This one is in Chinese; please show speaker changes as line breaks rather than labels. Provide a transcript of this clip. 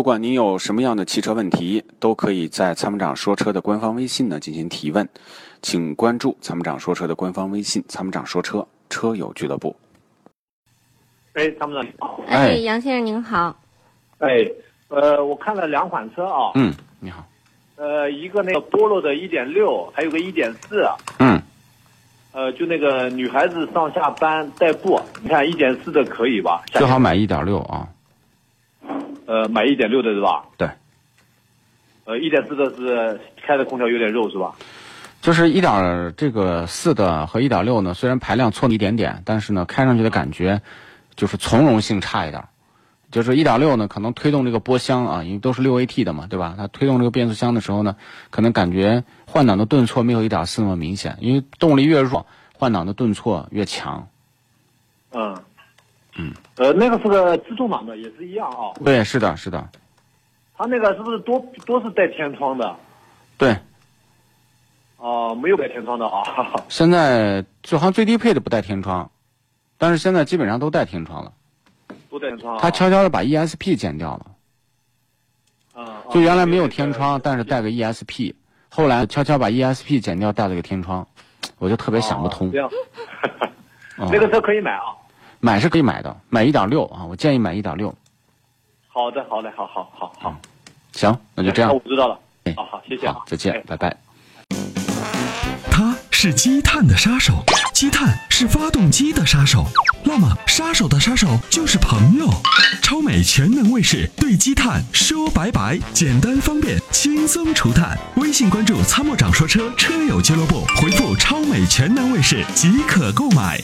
不管您有什么样的汽车问题，都可以在参谋长说车的官方微信呢进行提问，请关注参谋长说车的官方微信“参谋长说车车友俱乐部
哎，参谋长你好。
哎
对，杨先生您好，
哎，呃，我看了两款车啊”。，
嗯，你好。
呃，一个那个波罗的1.6，还有个1.4，
嗯，
啊呃，就那个女孩子上下班代步，你看1.4的可以吧？
最好买一点六啊。
呃，买1.6的是吧？
对，
呃，1.4的是开的空调有点肉是吧？
就是一点这个四的和一点六呢，虽然排量错一点点，但是呢，开上去的感觉就是从容性差一点儿。就是一点六呢，可能推动这个波箱啊，因为都是六 AT 的嘛，对吧？它推动这个变速箱的时候呢，可能感觉换挡的顿挫没有一点四那么明显，因为动力越弱，换挡的顿挫越强。
嗯。嗯。呃，那个是个自动挡的，也是一样啊。
对，是的，是的，
它那个是不是多多是带天窗的？
对。
哦、没有带天窗的啊。 哈哈
现在就好像最低配的不带天窗，但是现在基本上都带天窗了。
多带天窗啊。
它悄悄的把 E ESP 减掉了。
嗯。
就原来
哦
没有天窗，但是
对
带个 ESP，后来悄悄把 ESP 剪掉，带了个天窗，我就特别想不通
这。样，
嗯
那个车可以买啊。
买是可以买的，买一点六啊，我建议买一点六。
好的，好嘞，好好好好，
行，那就这
那
样
我，知道了
哎。
好好，谢谢啊
好，再见
哎，
拜拜。
它是积碳的杀手，积碳是发动机的杀手。那么，杀手的杀手就是朋友。超美全能卫士对积碳说拜拜，简单方便，轻松除碳。微信关注“参谋长说车”车友俱乐部，回复“超美全能卫士”即可购买。